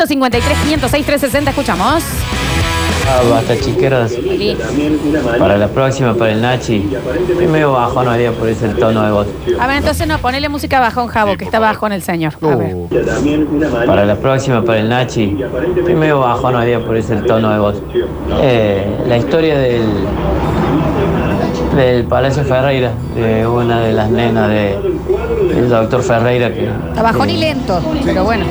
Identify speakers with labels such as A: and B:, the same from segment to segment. A: 153, 506, 360, escuchamos.
B: Ah, basta chiqueros.
A: Oli.
B: Para la próxima, para el Nachi. Estoy medio bajo, no haría por eso el tono de voz.
A: A ver, entonces no, ponele música bajón, Javo, que está bajón el señor. A ver.
C: Uh,
B: Para la próxima, para el Nachi. Estoy medio bajo, no haría por eso el tono de voz. Eh, la historia del, del Palacio Ferreira, de una de las nenas de- del doctor Ferreira que,
A: Está bajón y lento, pero bueno.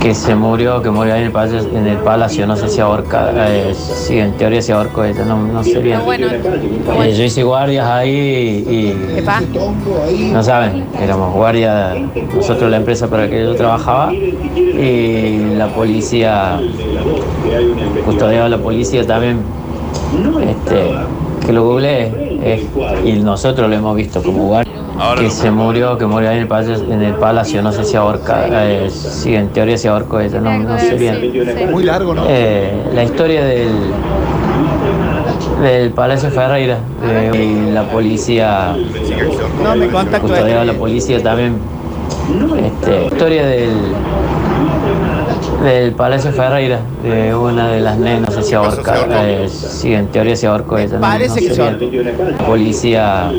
B: que se murió, que murió ahí en el palacio, en el palacio no sé si ahorcada. eh, sí, en teoría se ahorcó ella, no, no sé bien.
A: Pero bueno.
B: Eh, yo hice guardias ahí y- y
A: Epa.
B: No saben, éramos guardia, nosotros la empresa para la que yo trabajaba y la policía, custodiaba la policía también, este, que lo googleé eh, y nosotros lo hemos visto como guardia.
D: Ahora
B: que
D: no.
B: se murió, que murió ahí en el palacio, en el palacio, no sé si ahorcada, eh, sí, en teoría se ahorcó ella, no, no sé bien.
C: muy largo, ¿no?
B: Eh, la historia del, del Palacio Ferreira eh, y la policía,
E: No me contacto a
B: custodiaba la
E: este.
B: policía también. Este, historia del del Palacio Ferreira, de una de las nenas, no sé si ahorcada, eh, sí, en teoría se ahorcó ella. no- no
E: parece
B: sé
E: que se ahorcó.
B: bien. La policía,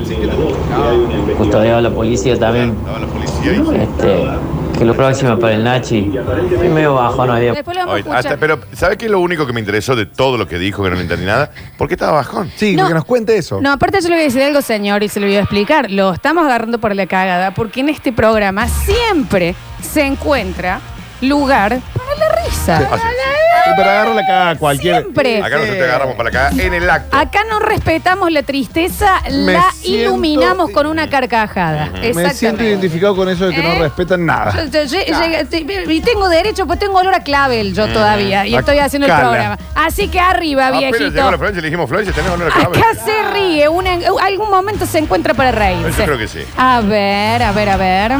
B: custodiaba la policía también.
D: Estaba la policía ahí.
B: Este, que lo próximo para el Nachi, Estoy medio bajo, no había.
A: Después lo vamos a
D: Ay, hasta-
A: escuchar.
D: pero, ¿sabes qué es lo único que me interesó de todo lo que dijo que no le entendí nada? ¿Por qué estaba bajón?
C: Sí,
A: No.
C: que nos cuente eso.
A: No, aparte yo le voy a decir algo, señor, y se lo voy a explicar. Lo estamos agarrando por la cagada, porque en este programa siempre se encuentra lugar para la risa.
D: Ah, sí,
C: Sí, Pero agárrala acá a cualquier.
A: Siempre.
D: Acá nosotros te agarramos para acá en el acto.
A: Acá no respetamos la tristeza,
C: Me
A: la
C: siento-
A: iluminamos con una carcajada.
C: Me siento
A: Exactamente.
C: identificado con eso de que
A: ¿Eh?
C: no respetan
D: Ah,
A: Yo-
C: nada.
A: yo- yo- llegué- y tengo derecho, pues tengo olor a clavel
D: Mm,
A: yo todavía. Y
C: La
A: estoy haciendo el
C: cala.
A: programa. Así que arriba,
D: Apenas Ah, llegó la
A: viejito.
D: Florencia, le dijimos Florencia, tenemos una clave.
A: Acá se ríe. una- uh, algún momento se encuentra para reírse.
D: Ah. Yo creo que sí.
A: A ver, a ver, a ver.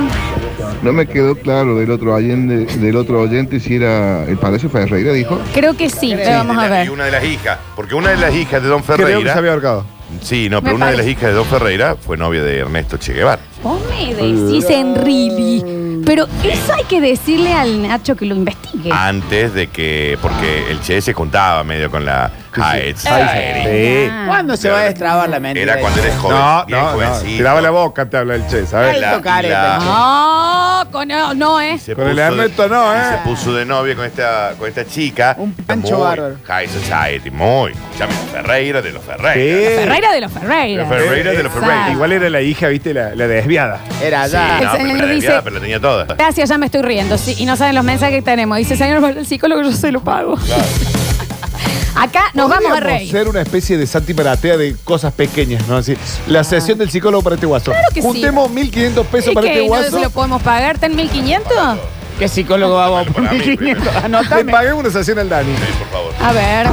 F: No me quedó claro del otro, allende- del otro oyente si era el Palacio Ferreira, dijo.
A: Creo que sí. pero vamos a
D: Y la- Y
A: ver.
D: una de las hijas, porque una de las hijas de Don
C: Creo que se había
D: Ferreira.
C: ahorcado.
D: Sí, no,
A: Me
D: pero una de las
A: parece.
D: hijas de Don Ferreira fue novia de Ernesto Che Guevara.
A: Vos me decís en really. Pero eso hay que decirle al Nacho que lo investigue.
D: Antes de que. Porque el Che se juntaba medio con la. Haetz.
C: Sí.
A: Ah.
E: ¿Cuándo se va a destrabar la mentira?
D: Era cuando eres joven.
C: No,
D: bien
C: no, no.
D: jovencito.
C: Tiraba la boca, te habla el che, ¿sabes?
E: Ay,
D: La-
E: tocaré,
D: la-
A: No, con- no, no, ¿eh?
D: Se
C: Con el
D: puso de-
C: Ernesto no,
D: y
C: ¿eh?
D: Se puso de novia con esta, con esta chica.
E: Un pancho
D: muy
E: bárbaro.
D: High Society, muy. Escuchame, Ferreira de los Ferreira.
C: Sí.
A: Ferreira de los
D: De
A: Ferreira.
D: Ferreira de los Ferreira.
A: Exacto.
C: Igual era la hija, viste, la, la desviada.
E: Era
D: Sí,
E: allá.
A: El
D: no, pero,
A: señor
D: la
A: dice-
D: desviada, pero la tenía toda.
A: Gracias, ya me estoy riendo. Sí, y no saben los mensajes que tenemos. Dice, señor, para el psicólogo yo se lo pago. Acá nos vamos a
C: Podríamos
A: reír.
C: ser una especie de Santi Maratea de cosas pequeñas, ¿no? Así, la sesión del psicólogo para este guaso.
A: que sí.
C: Juntemos 1.500 pesos
A: ¿Y
C: para este
A: qué? ¿No se
C: guaso.
A: lo podemos pagar? ¿Está en 1500?
E: ¿Qué psicólogo va a
D: Dale para mí,
E: 1500?
D: primero.
C: Le
E: Anotame.
C: pagué una sesión al Dani.
D: Sí, por favor.
A: A ver.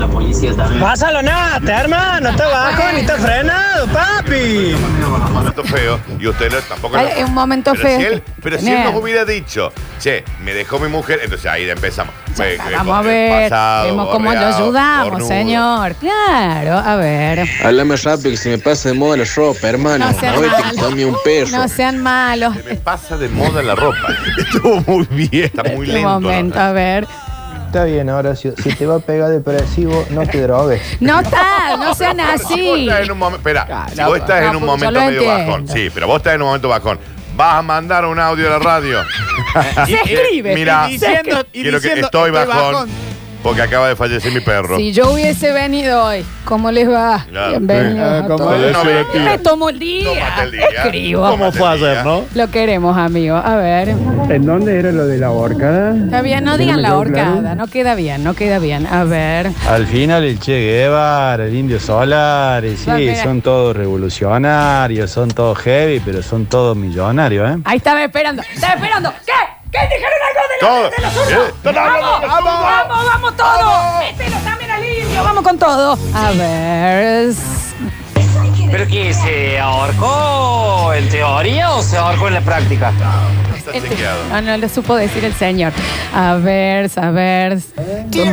B: la policía también.
G: Pásalo nada, hermano, está bajo ni está frenado, papi.
D: Un momento feo. Y usted lo- tampoco
A: Ay,
D: lo-
A: es un momento
D: pero
A: feo.
D: Si él, pero si él
A: Tener.
D: nos hubiera dicho, che, me dejó mi mujer, entonces ahí empezamos. Me-
A: Ah,
D: me-
A: Vamos a
D: el
A: ver.
D: pasado,
A: Vemos cómo lo
D: gorreado,
A: ayudamos,
D: cornudo.
A: señor. Claro, a ver.
H: Háblame rápido que se me pasa de moda la ropa, hermano.
A: No sean
H: A ver, te
A: malos.
H: comí un perro.
A: No sean malos.
D: Se me pasa de moda la ropa.
C: Estuvo muy bien.
D: Está muy
A: Este
D: lento. ¿no?
A: momento, a ver.
I: Está bien, Horacio. Si te va a pegar depresivo, no te drogues.
A: No está, no sean
D: Si vos
A: así.
D: estás en un momento. Espera, si vos estás
A: Ah, no,
D: en
A: porque
D: un
A: yo
D: momento
A: lo
D: medio
A: entiendo.
D: bajón. Sí, pero vos estás en un momento bajón. Vas a mandar un audio a la radio.
A: Se escribe.
D: eh, Mira,
E: Y diciendo- y
D: quiero que
E: diciendo,
D: estoy
E: estoy
D: bajón,
E: bajón.
D: porque acaba de fallecer mi perro.
A: Si yo hubiese venido hoy, ¿cómo les va?
D: Claro.
A: Bienvenidos
C: Ah,
A: a
C: como
A: todos.
C: decía
D: No,
C: la tía.
A: Me tomo el día.
D: Tómate el día.
A: Escribo.
C: ¿Cómo fue ayer, no?
A: Lo queremos, amigo. A ver.
I: ¿En dónde era lo de la horcada?
A: Está bien, no digan la horcada. No queda bien, no queda bien. A ver.
G: Al final el Che Guevara, el Indio Solares,
A: Ah,
G: sí,
A: mira.
G: son todos revolucionarios, son todos heavy, pero son todos millonarios, ¿eh?
A: Ahí estaba esperando. Estaba esperando. ¿Qué? ¿Qué dijeron algo
D: Todo.
A: de la, de la
D: Eh,
A: zurda? ¡Vamos! ¡Vamos! ¡Vamos, vamos todo! ¡Mételo también al indio! ¡Vamos con todo! A ver.
H: ¿Pero qué? ¿Se ahorcó en teoría o se ahorcó en la práctica?
D: Está está chequeado.
A: Ah, no lo supo decir el señor. A ver, a ver.
F: Está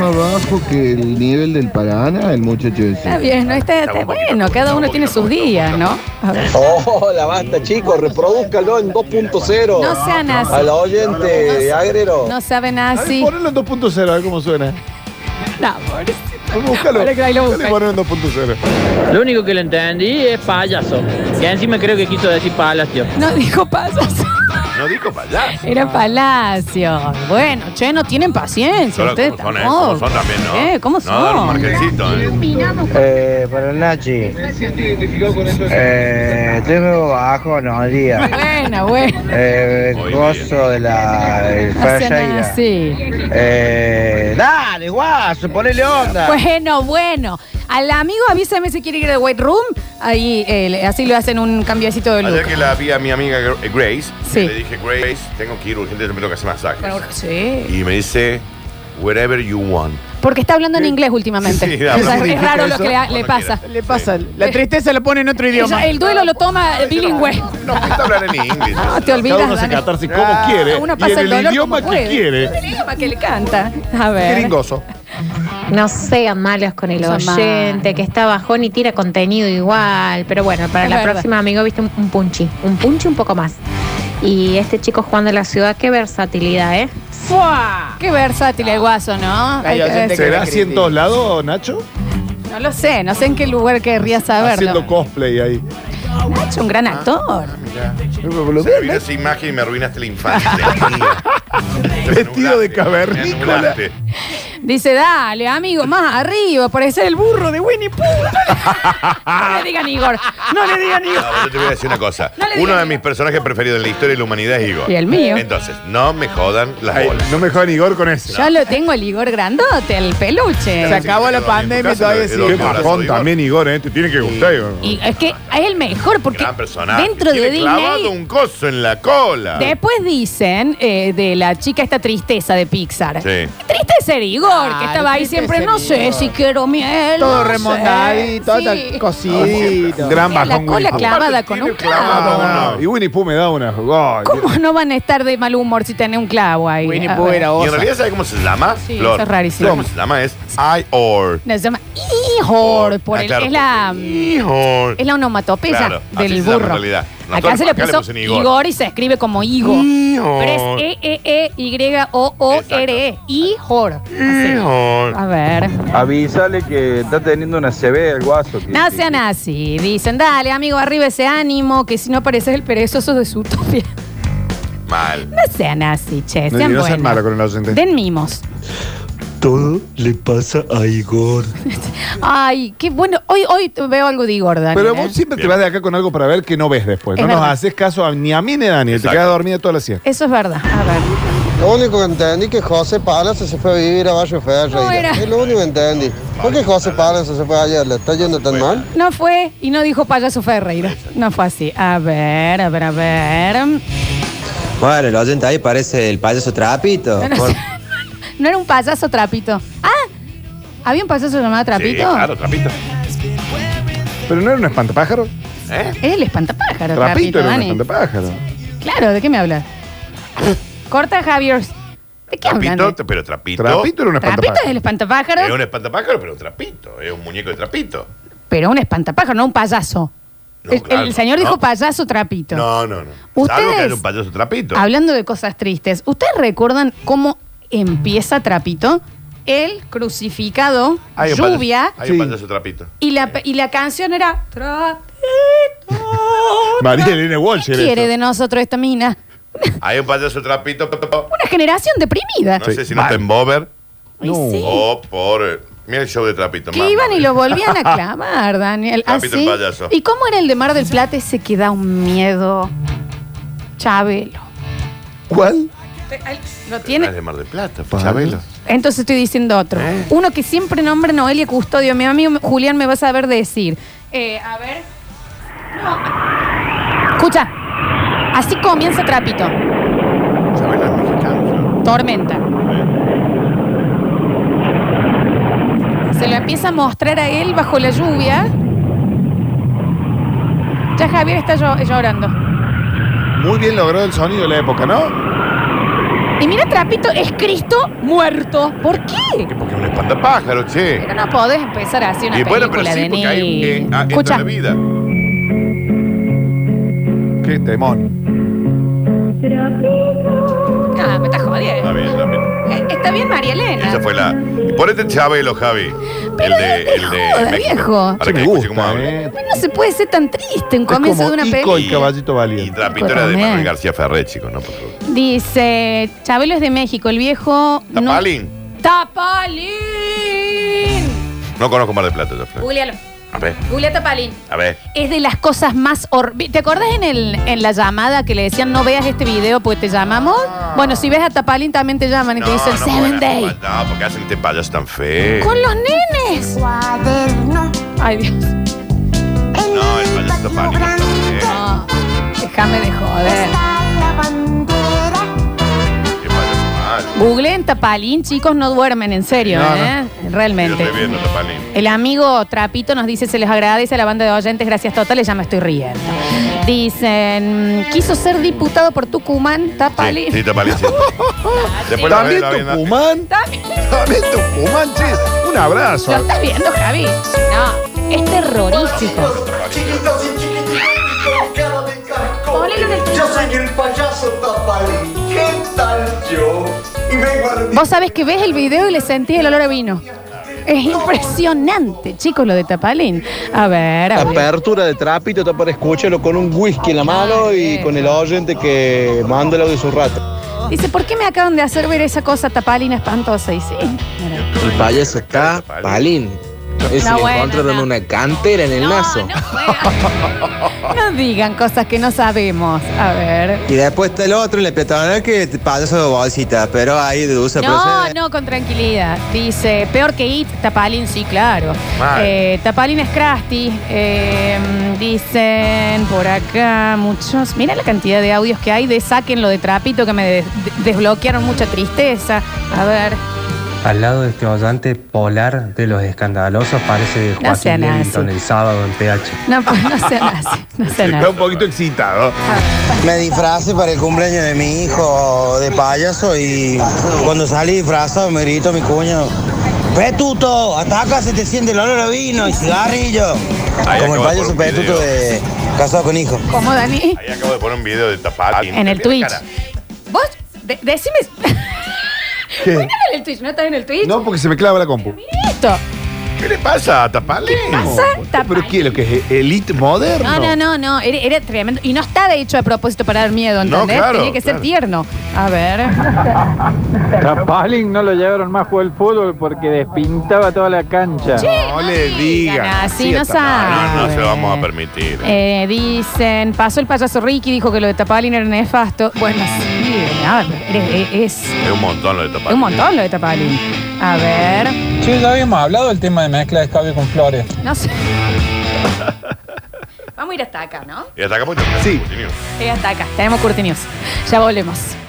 F: más bajo que el nivel del Paraná, el muchacho ese.
A: Está bien, no está, está- bueno, cada uno tiene sus días, ¿no? A ver.
H: Hola, basta, chicos, reprodúzcalo en 2.0.
A: No sean
H: A
A: así.
H: la oyente, agrero.
A: No saben
C: A ver,
A: así.
C: ponelo en 2.0, a ver cómo suena.
A: No, pobrecito.
C: Búscalo.
A: Ahora que ahí lo
C: Dale,
A: buscan.
C: ponelo en 2.0.
J: Lo único que le entendí es payaso. Y encima creo que quiso decir palacio.
A: No dijo pasos.
D: No dijo para allá.
A: Era Palacio. Bueno, che, no tienen paciencia.
D: Solo
A: ustedes
D: como son, eh,
A: tampoco.
D: como son también, ¿no?
A: Eh, ¿Cómo
D: No, dan un
A: son?
D: margencito, ¿eh?
I: Eh, para Nachi. Eh, estoy medio bajo, no, el día.
A: Buena, buena.
I: Eh,
D: Muy
I: coso de la. El
A: No sean
I: Ferreira.
A: así.
I: Eh, dale, guaso, ponele onda.
A: Bueno, bueno. Al amigo avísame si quiere ir de White Room. Ahí eh, le- así lo hacen un cambiecito de
D: Ayer
A: look.
D: que la vi a mi amiga Gr- eh, Grace,
A: Sí.
D: le dije, Grace, tengo que ir urgente, yo me tengo que hacer
A: Bueno,
D: masajes.
A: Sí.
D: Y me dice, wherever you want.
A: Porque está hablando en inglés últimamente.
D: Sí,
A: O sea,
D: habla muy
A: es raro lo
D: eso.
A: que le, le
D: Cuando
A: pasa.
E: Le pasa, la tristeza lo pone en otro idioma.
A: Ella- el duelo lo toma eh, bilingüe.
D: No, está hablar en inglés.
A: No Ah, te
C: Cada
A: olvidas.
C: uno se
A: Dani.
C: catarse como
E: Ah,
C: quiere.
A: Uno
C: Y en
A: pasa el
C: el
A: dolor
C: idioma
A: como puede.
C: que quiere.
A: En el idioma que le canta. A ver.
D: Gringoso.
K: No sean malos con el
A: No sean
K: oyente,
A: malos.
K: que está bajón y tira contenido igual. Pero bueno, para
A: Es
K: la
A: verdad.
K: próxima, amigo, viste un, un punchi. Un punchi un poco más. Y este chico Juan de la Ciudad, qué versatilidad, ¿eh?
A: ¡Fua! Qué versátil el guaso, ¿no?
E: Ay,
A: Hay que
E: oyente
A: decir-
C: ¿Será así en todos lados, Nacho?
A: No lo sé, no sé en qué lugar querría saberlo.
C: Haciendo Ah. cosplay ahí.
A: Nacho, un gran actor.
D: Se me vino esa imagen y me arruinaste la infancia.
C: Vestido de cavernícola.
D: cavernícola.
A: Dice, dale, amigo, más arriba, parecer el burro de Winnie Pooh. no le digan Igor, no le digan Igor.
D: No, yo te voy a decir una cosa.
A: No le digas
D: Uno de
A: Igor.
D: mis personajes preferidos en la historia de la humanidad es Igor.
A: Y el mío.
D: Entonces, no me jodan las
C: Ay,
D: bolas.
C: no me jodan Igor con eso.
A: Yo lo tengo el Igor grandote, el
E: Se
A: peluche.
E: acabó la pandemia y todavía
C: Qué
D: Igor,
E: sigue.
D: abrazo,
C: bajón
D: Igor.
C: también Igor, ¿eh? Te tiene que gustar, Igor.
A: Y es que es el mejor porque
D: Gran personaje.
A: dentro de
D: Tiene clavado
A: Disney...
D: un coso en la cola.
A: Después dicen eh, de la chica esta tristeza de Pixar.
D: Sí.
A: Triste ser Igor, que
E: Claro,
A: estaba ahí
E: triste
A: siempre,
E: ser
A: no sé
E: Igor.
A: si quiero miel.
E: Todo
A: no sé.
E: remondadito,
A: Sí.
E: todo cosidito.
C: Gran
A: Tiene la
C: bajón,
A: cola
C: Winnie Pooh.
A: clavada
D: Aparte
A: con
D: tiene
A: un
D: clavado
A: clavo.
D: una-
C: Ah, y Winnie Pooh me da una. Ay,
A: ¿Cómo no van a estar de mal humor si tienen un clavo ahí?
E: Winnie
A: A
E: Pooh
A: ver.
E: era
D: Y en
E: osa.
D: realidad, ¿sabes cómo se llama?
A: Sí,
D: Flor?
A: eso es rarísimo.
D: ¿Sabes ¿Cómo se llama? Es I-OR.
A: No, Se llama Igor. Por
D: Ah,
A: el-
D: claro.
A: es, la,
D: Igor.
A: es la onomatopeya
D: Claro, así
A: del
D: se llama en
A: burro.
D: realidad. Nosotros
A: Acá se le
D: acá le
A: puso
D: pusieron
A: Igor.
D: Igor.
A: y se escribe como Igor.
D: Igor.
A: Pero es E. E-E-E-Y-O-O-R-E. E. Igor. Así.
D: Igor.
A: A ver.
I: Avísale que está teniendo una CB el guaso.
A: No sean así. Dicen, dale, amigo, arriba ese ánimo, que si no pareces el perezoso de su utopía.
D: Mal.
A: No sean así, che.
C: No,
A: Sean
C: y no
A: buenos.
C: sean malos con el ausente.
A: Den mimos.
G: Todo le pasa a Igor.
A: Ay, qué bueno. Hoy, hoy veo algo de Igor, Daniel.
C: Pero
A: ¿eh?
C: vos siempre te
D: Bien.
C: vas de acá con algo para ver que no ves después.
A: Es
C: no nos
A: verdad.
C: haces caso a- ni a mí ni a Daniel.
D: Exacto.
C: Te quedas dormida toda la siesta.
A: Eso es verdad. A ver.
I: Lo único que entendí es que José Palazzo se fue a vivir a Valle Ferreira.
A: No era.
I: Es lo único que entendí. ¿Por qué José Palazzo se fue allá? ¿Le está yendo tan mal?
A: No fue y no dijo payaso Ferreira. No fue así. A ver, a ver, a ver.
I: Bueno, el oyente ahí parece el payaso trapito.
A: No, sé. No era un payaso trapito. Ah, ¿había un payaso llamado trapito?
D: Sí, claro, trapito.
C: Pero no era un espantapájaro.
D: ¿Eh?
A: Es el espantapájaro,
C: Trapito
A: trapito,
C: era un
A: Dani.
C: espantapájaro.
A: Claro, ¿de qué me hablas? Corta, Javier. ¿De qué hablan?
D: Trapito, pero trapito.
C: Trapito era un
A: Trapito es el
C: espantapájaro.
A: espantapájaro,
D: Es Eh, un espantapájaro, pero un trapito. Es un muñeco de trapito.
A: pero un espantapájaro, no un payaso.
D: No,
A: el,
D: claro,
A: el señor
D: no.
A: dijo payaso trapito.
D: No, no, no. Salvo que
A: Ustedes-
D: haya un payaso trapito.
A: Hablando de cosas tristes, ¿ustedes recuerdan cómo empieza Trapito? El crucificado,
D: Hay un payaso-
A: lluvia,
D: Hay un
C: Sí.
D: payaso trapito.
A: y la, y la canción era Trapito.
C: María Elena Walsh
A: ¿Qué
C: era
A: quiere
C: eso.
A: de nosotros esta mina?
D: Hay un payaso trapito. pe- pe- pe-
A: Una generación deprimida.
D: No sé si no está en Bober
A: Y sí,
D: o por. eh, Mira el show de trapito.
A: Que
D: mamá.
A: iban y lo volvían a clamar, Daniel.
D: Trapito
A: así.
D: el payaso.
A: ¿Y cómo era el de Mar del Plata? Ese que da un miedo. Chabelo.
C: ¿Cuál?
A: Lo
D: No
A: tiene,
D: es de Mar del Plata, pues, Chabelo.
A: Entonces estoy diciendo otro.
D: ¿Eh?
A: Uno que siempre nombra Noelia Custodio. Mi amigo Julián me va a saber decir. Eh, a ver. No. Escucha. Así comienza Trapito.
D: Chabelo es mexicano.
A: Tormenta.
D: ¿no?
A: Se lo empieza a mostrar a él bajo la lluvia. Ya Javier está llo- llorando.
C: Muy bien logrado el sonido de la época, ¿no?
A: Y mira, Trapito, es Cristo muerto. ¿Por qué?
D: Porque es un espantapájaro, che.
A: Pero no podés empezar así una
D: Y
A: película
D: bueno, pero
A: de
D: sí, porque hay eh,
A: niños.
D: ah, en
A: Escucha.
D: la vida.
C: Qué temón.
A: Ah, me estás jodiendo.
D: Está bien, está bien.
A: Eh, Está bien, María
D: Esa
A: Elena.
D: fue la. Y ponete Chabelo, Javi.
A: Pero no te jodas,
D: México.
A: viejo.
D: Para
C: Sí,
D: que
C: me
D: escuche cómo
C: gusta,
D: habla.
C: ¿eh?
A: Pero no se puede ser tan triste en comienzo de una
C: Es como Ico
A: película.
C: y Caballito
D: Y
C: Valiente.
D: Trapito
A: Pues
D: era de
A: también.
D: Manuel García Ferré, chicos, ¿no? Por favor.
A: Dice, Chabelo es de México, el viejo... no-
D: Tapalín.
A: ¡Tapalín!
D: No conozco Mar del Plata, yo, Flor.
A: Googlealo.
D: A ver,
A: Googlea Tapalín.
D: a ver.
A: Es de las cosas más... hor- ¿Te acordás en, el, en la llamada que le decían no veas este video porque te llamamos? Bueno, si ves a Tapalín también te llaman y te dicen
D: Ah. no,
A: Seven
D: bueno,
A: Day.
D: No, porque hacen este payaso tan feo.
A: ¡Con los nenes! Ay, Dios.
D: No, el payaso Tapalín está feo.
A: No, déjame de joder.
D: Qué payaso malo.
A: Googleen Tapalín, chicos, no duermen, en serio,
C: No, no.
A: ¿eh?
D: Yo
A: Realmente.
D: estoy viendo Tapalín.
A: El amigo Trapito nos dice, se les agradece a la banda de oyentes, gracias totales, ya me estoy riendo. Dicen, quiso ser diputado por Tucumán,
D: Sí,
A: Tapalín.
D: sí, Tapalín, sí. Después lo
C: También
D: ven, lo ven, ¿no?
C: Tucumán.
A: También.
C: También Tucumán, che. Un abrazo.
A: ¿Lo estás viendo, Javi? No, es terrorífico. Ponelo en el-
L: Yo soy el payaso Tapalín. ¿Qué tal yo? Y vengo a rendir
A: Vos sabés que ves el video y le sentís el olor a vino. Es impresionante, chicos, lo de Tapalín. A ver, a ver.
H: Apertura de trapito, está para escúchalo con un whisky en la
A: Ah,
H: mano y con el oyente que manda el audio su rato.
A: Dice, ¿por qué me acaban de hacer ver esa cosa Tapalín espantosa? Y sí, mira.
H: El payaso acá, Palín. Ese
A: No,
H: le
A: bueno,
H: encontraron
A: no.
H: una cantera en el nazo.
A: No, juega. No digan cosas que no sabemos. A ver.
L: Y después está el otro, le petaron que te payaso de bolsita, pero ahí deduce pues, eh,
A: No, no, con tranquilidad. Dice, peor que It, Tapalín, sí, claro.
D: Mal.
A: Eh, Tapalín es Krusty. Eh, dicen por acá muchos. Mira la cantidad de audios que hay de saquen lo de trapito que me des- desbloquearon mucha tristeza. A ver.
I: Al lado de este oyente polar de los escandalosos parece
A: No Joaquín sean Levington así.
I: el sábado en PH.
A: No, pues, no sean así. No sean
C: Está
A: así.
C: un poquito excitado.
L: Me disfrace para el cumpleaños de mi hijo de payaso y cuando salí disfrazado me grito mi cuño. Petuto, hasta acá se te siente el olor a vino y cigarrillo.
D: Ahí
L: Como el
D: acabo de
L: payaso
D: poner un
L: petuto
D: video.
L: de casado con hijo.
A: ¿Cómo, Dani?
D: Ahí acabo de poner un video de Tapalín.
A: En el
D: Mira,
A: Twitch.
D: cara.
A: Vos, de- decime. Ponelo en el Twitch, ¿no estás en el Twitch?
C: No, porque se me clava la compu.
A: Listo.
D: ¿Qué le pasa a Tapalín?
A: pasa?
C: ¿Pero qué? ¿Lo que es elite moderno?
A: No, no, no, no, era, era tremendo. Y no estaba hecho a propósito para dar miedo,
D: No,
A: ¿entendés?
D: claro,
A: Tenía que ser
D: claro.
A: tierno. A ver.
J: Tapalín no lo llevaron más a jugar al fútbol porque despintaba toda la cancha.
C: No le digan
A: Así
C: así
A: no
C: a Tapalín.
A: sabe.
D: No, no se lo vamos a permitir.
A: Eh, dicen, pasó el payaso Ricky, dijo que lo de Tapalín era nefasto. Bueno, sí, nada, es, es- es
D: Es un montón lo de Tapalín.
A: un montón lo de Tapalín. A ver,
I: Sí, ya habíamos hablado del tema de mezcla de escabio con flores.
A: no sé. Vamos a ir hasta acá, ¿no?
D: Y hasta acá, pues, yo-
C: Sí.
A: Eh, hasta acá, tenemos Curti News. Ya volvemos.